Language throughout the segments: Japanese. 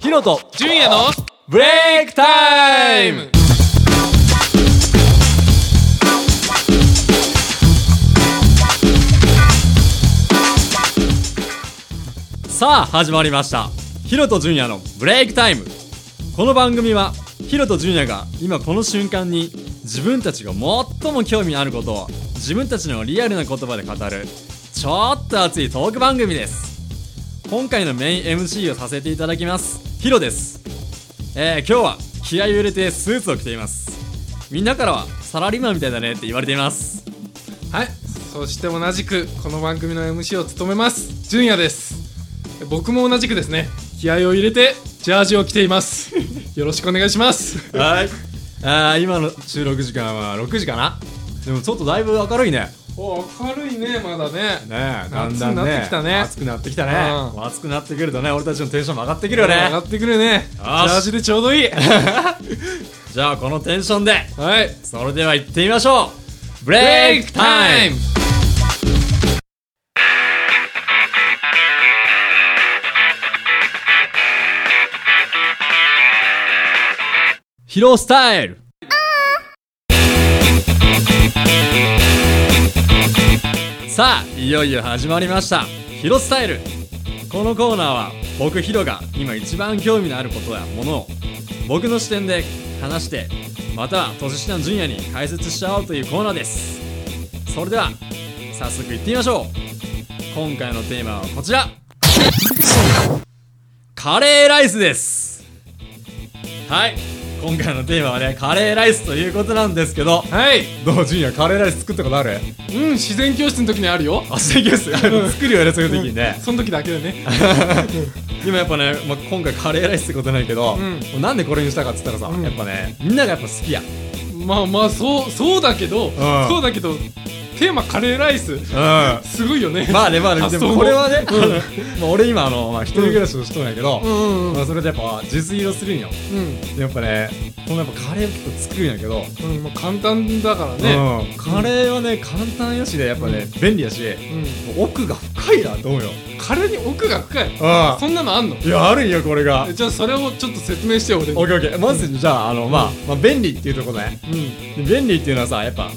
ヒロと純也のブレイクタイムさあ始まりましたヒロと純也のブレイクタイムこの番組はヒロと純也が今この瞬間に自分たちが最も興味あることを自分たちのリアルな言葉で語るちょっと熱いトーク番組です今回のメイン MC をさせていただきますヒロですえー、今日は気合を入れてスーツを着ていますみんなからはサラリーマンみたいだねって言われていますはいそして同じくこの番組の MC を務めます純也です僕も同じくですね気合を入れてジャージを着ていますよろしくお願いしますはい あー今の収録時間は6時かなでもちょっとだいぶ明るいねお明るいねまだねねえだん夏だんねになってきたね暑くなってきたね、う暑くなってくるとね俺たちのテンションも上がってくるよ上がねってくるねジャーしージでちょうどいいじゃあこのテンションではいそれでは行ってみましょうブブレイクタイムヒロスタイルさあいよいよ始まりましたヒロスタイルこのコーナーは僕ヒロが今一番興味のあることやものを僕の視点で話してまたは年下の純也に解説しちゃおうというコーナーですそれでは早速いってみましょう今回のテーマはこちらカレーライスですはい今回のテーマはねカレーライスということなんですけどはいどう純也カレーライス作ったことあるうん自然教室の時にあるよあ、ステーキです。作るよね、そういう時にね。その時だけでね今やっぱね、まあ、今回カレーライスってことないけど、んもうなんでこれにしたかっつったらさ、うんやっぱね、みんながやっぱ好きや。まあまあそうそうだけど、そうだけどテーマカレーライスうすごいよねん。まあね、まあね、で発想ももこれはね、あの まあ俺今、あの、まあ、一人暮らしをしとるんやけど、うんうんまあ、それでやっぱ自炊をするんよ。うんでやっぱね、このやっぱカレーを結構作るんやけど、うん、まあ、簡単だからね。うん、カレーはね、簡単やしで、やっぱね、便利やし、うん。奥が深いなと思うよ。カレーに奥が深い。うそんなのあんのん。いや、あるんよ、これがえ。じゃあそれをちょっと説明してよ、俺に。オッケーオッケー。まず、じゃあ、あの、まあ、まあ、便利っていうところね。うで便利っていうのはさやっぱ、ま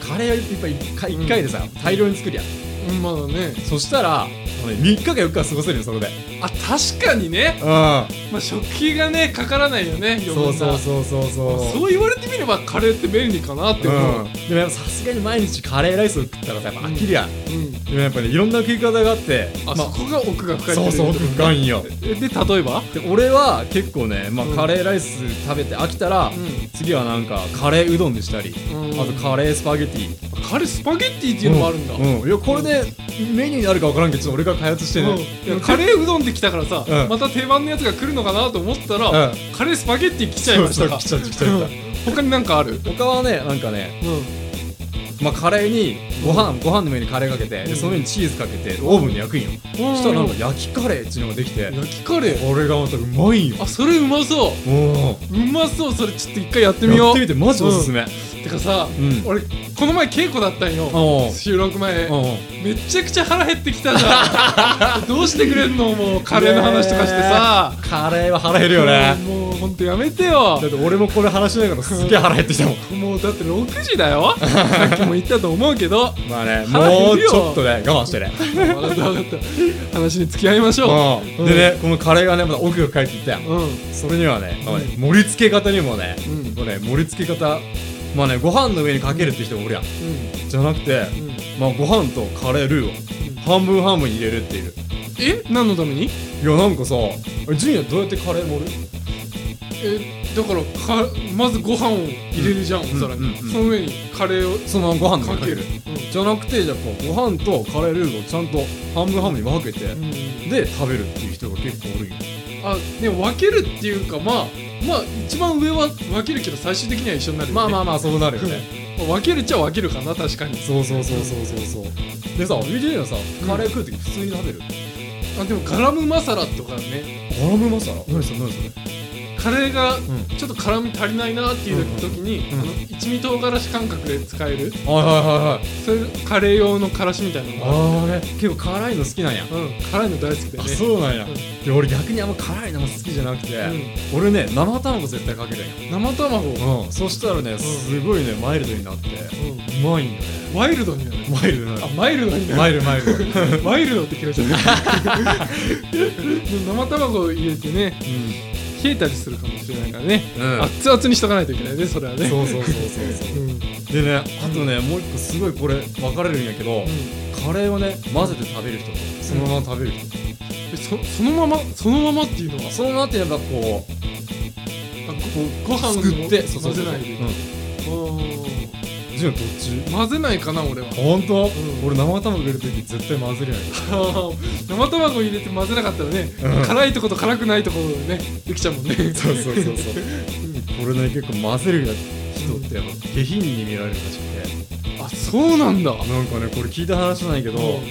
あ、カレーをいっぱい一回うん一回でさ、大量に作るやんん。うん、まだね。そしたら、もうね、3日か4日過ごせるよそれであ、確かにね。うまあ、食費がね、かからないよね、ん余そう分そうな。そうそうそうそう言われてみればカレーって便利かなって思うう。ん、でもやっぱさすがに毎日カレーライスを食ったらさやっぱ飽きるやん、うん。でもやっぱねいろんな食い方があってあ、まそこが奥が深いってそういそう奥深いんよえで、例えばで俺は結構ね、まあうんカレーライス食べて飽きたら、ん次はなんかカレーうどんでしたり、うんあとカレースパゲティカレースパゲッティっていうのもあるんだ。うん、いやこれでメニューにあるか分からんけどちょっと俺が開発してね、うんいやカレーうどんって来たからさ、うんまた定番のやつが来るのかなと思ったら、うんカレースパゲッティ来ちゃいましたか来ちゃった来ちゃったうん他になんかある他はねなんかね、うんまあ、カレーにご飯ご飯の上にカレーかけてでその上にチーズかけてオーブンで焼くんよそしたらなんか焼きカレーっていうのができて焼きカレーこれがまたうまいんよあそれうまそうおおうまそうそれちょっと一回やってみやよっうてみてマジおすすめうんてかさ、うん俺この前稽古だったんよおお収録前うめちゃくちゃ腹減ってきたじ ゃんどうしてくれんのもうカレーの話とかしてさんカレーは腹減るよねもうほんとやめてよだって俺もこれ話しながらすげえ腹減ってきたもんもうだって6時だよさっきも言ったと思うけ どまあね腹も減うるよちょっとね我慢してね分かった分かった話に付き合いましょうんでねこのカレーがねまだ奥が深いって言ったやんううんそれにはね、まあね盛り付け方にもね、うんこれ盛り付け方まあねご飯の上にかけるって人もおるやんうじゃなくて、んうんまあご飯とカレールーを半分半分に入れるっていうえ何のためにいやなんかさジュニアどうやってカレー盛るえだからかまずご飯を入れるじゃん、お皿に、うんうんうんその上にカレーをそのままご飯の上かにかけけるるじゃなくてじゃあこうご飯とカレールーをちゃんと半分半分に分けて、うん、うんで食べるっていう人が結構おるんよあでも分けるっていうかまあまあ一番上は分けるけど最終的には一緒になるよ、ね、まあまああまあそうなるよね分けるっちゃ分けるかな確かに そうそうそうそうそうそうでさジュニアさカレー食う時普通に食べる、あでもガラムマサラとかねガラムマサラ何それ何それカカレーがんちょっと辛み足りないなっていう時に、うんあの一味唐辛子感覚で使えるはいはいはいはいそういうカレー用のからしみたいなのがあれ結構辛いの好きなんやうん辛いの大好きだよあねそうなんやうんで俺逆にあんま辛いのも好きじゃなくて俺ね生卵絶対かけるん生卵、やうんそしたらねすごいねマイルドになってううまいんだねん、ワイルドになるマイルドなあマイルドになるマイルドマイルドうんワイルドって嫌いじゃない生卵を入れてね冷えたりするかもしれないからね、うん熱々にしとかないといけないねそれはねそうそうそうそうそううん、うん、でねあとねもう一個すごいこれ分かれるんやけどカレーをね混ぜて食べる人とそのまま食べる人とえそそのままそのままっていうのはそのままってやっぱこうあごご飯をすくって混ぜないでうんあジュンどっちー混ぜないかな 俺は本当、ん俺生卵入れる時絶対混ぜるやん生卵入れて混ぜなかったらね、うん辛いとこと辛くないところでねできちゃうもんねそうそうそうそう俺ね結構混ぜるや人ってやっぱ下品に見られるらしくあそうなんだてなんかねこれ聞いた話じゃないけど、その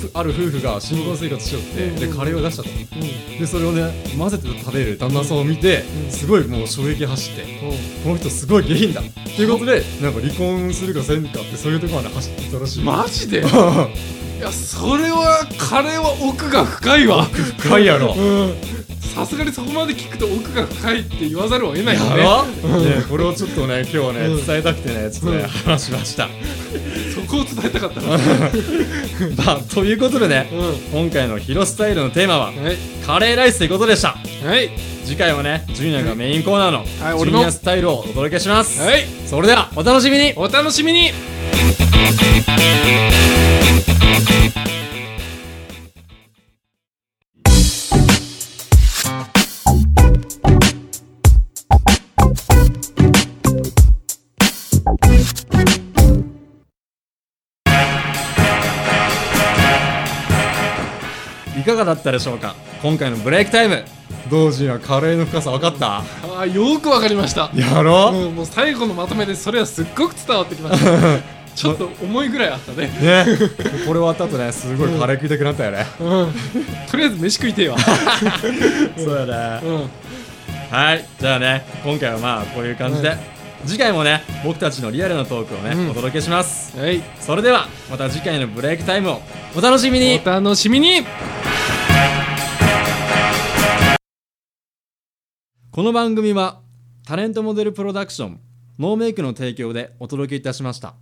ふある夫婦が新婚生活しよって、うんでカレーを出したとうんうんでそれをね混ぜて食べる旦那さんを見て、うんすごいもう衝撃走ってこの人すごい下品だっていうことでなんか離婚するかせんかってそういうところまで走っていたらしいマジで深いやそれはカレーは奥が深いわいやろうんさすがにそこまで聞くと奥が深いって言わざるを得ないよやねろ、ね、これをちょっとね今日はね、うん伝えたくてねちょっとね、うん話しましたそこを伝えたかったなうん まあということでね今回の「ヒロスタイル」のテーマははいカレーライスということでしたはい次回はねジュニアがメインコーナーのはいジ俺ュのニアスタイルをお届けします、はいそれではお楽しみにお楽しみにいかがだったでしょうか今回のブレイクタイムどうジュニアカレーの深さ分かったあーよーくわかりましたやろ、うん、もう最後のまとめでそれはすっごく伝わってきました ちょっと重いぐらいあったね、ね これ終わった後ねすごいカレー食いたくなったよね、うん、とりあえず飯食いてえわ、そうだねうん、はいじゃあね今回はまあこういう感じで、はい次回もね僕たちのリアルなトークをね、うんお届けします はいそれではまた次回のブレイクタイムをお楽しみにお楽しみにこの番組はタレントモデルプロダクションノーメイクの提供でお届けいたしました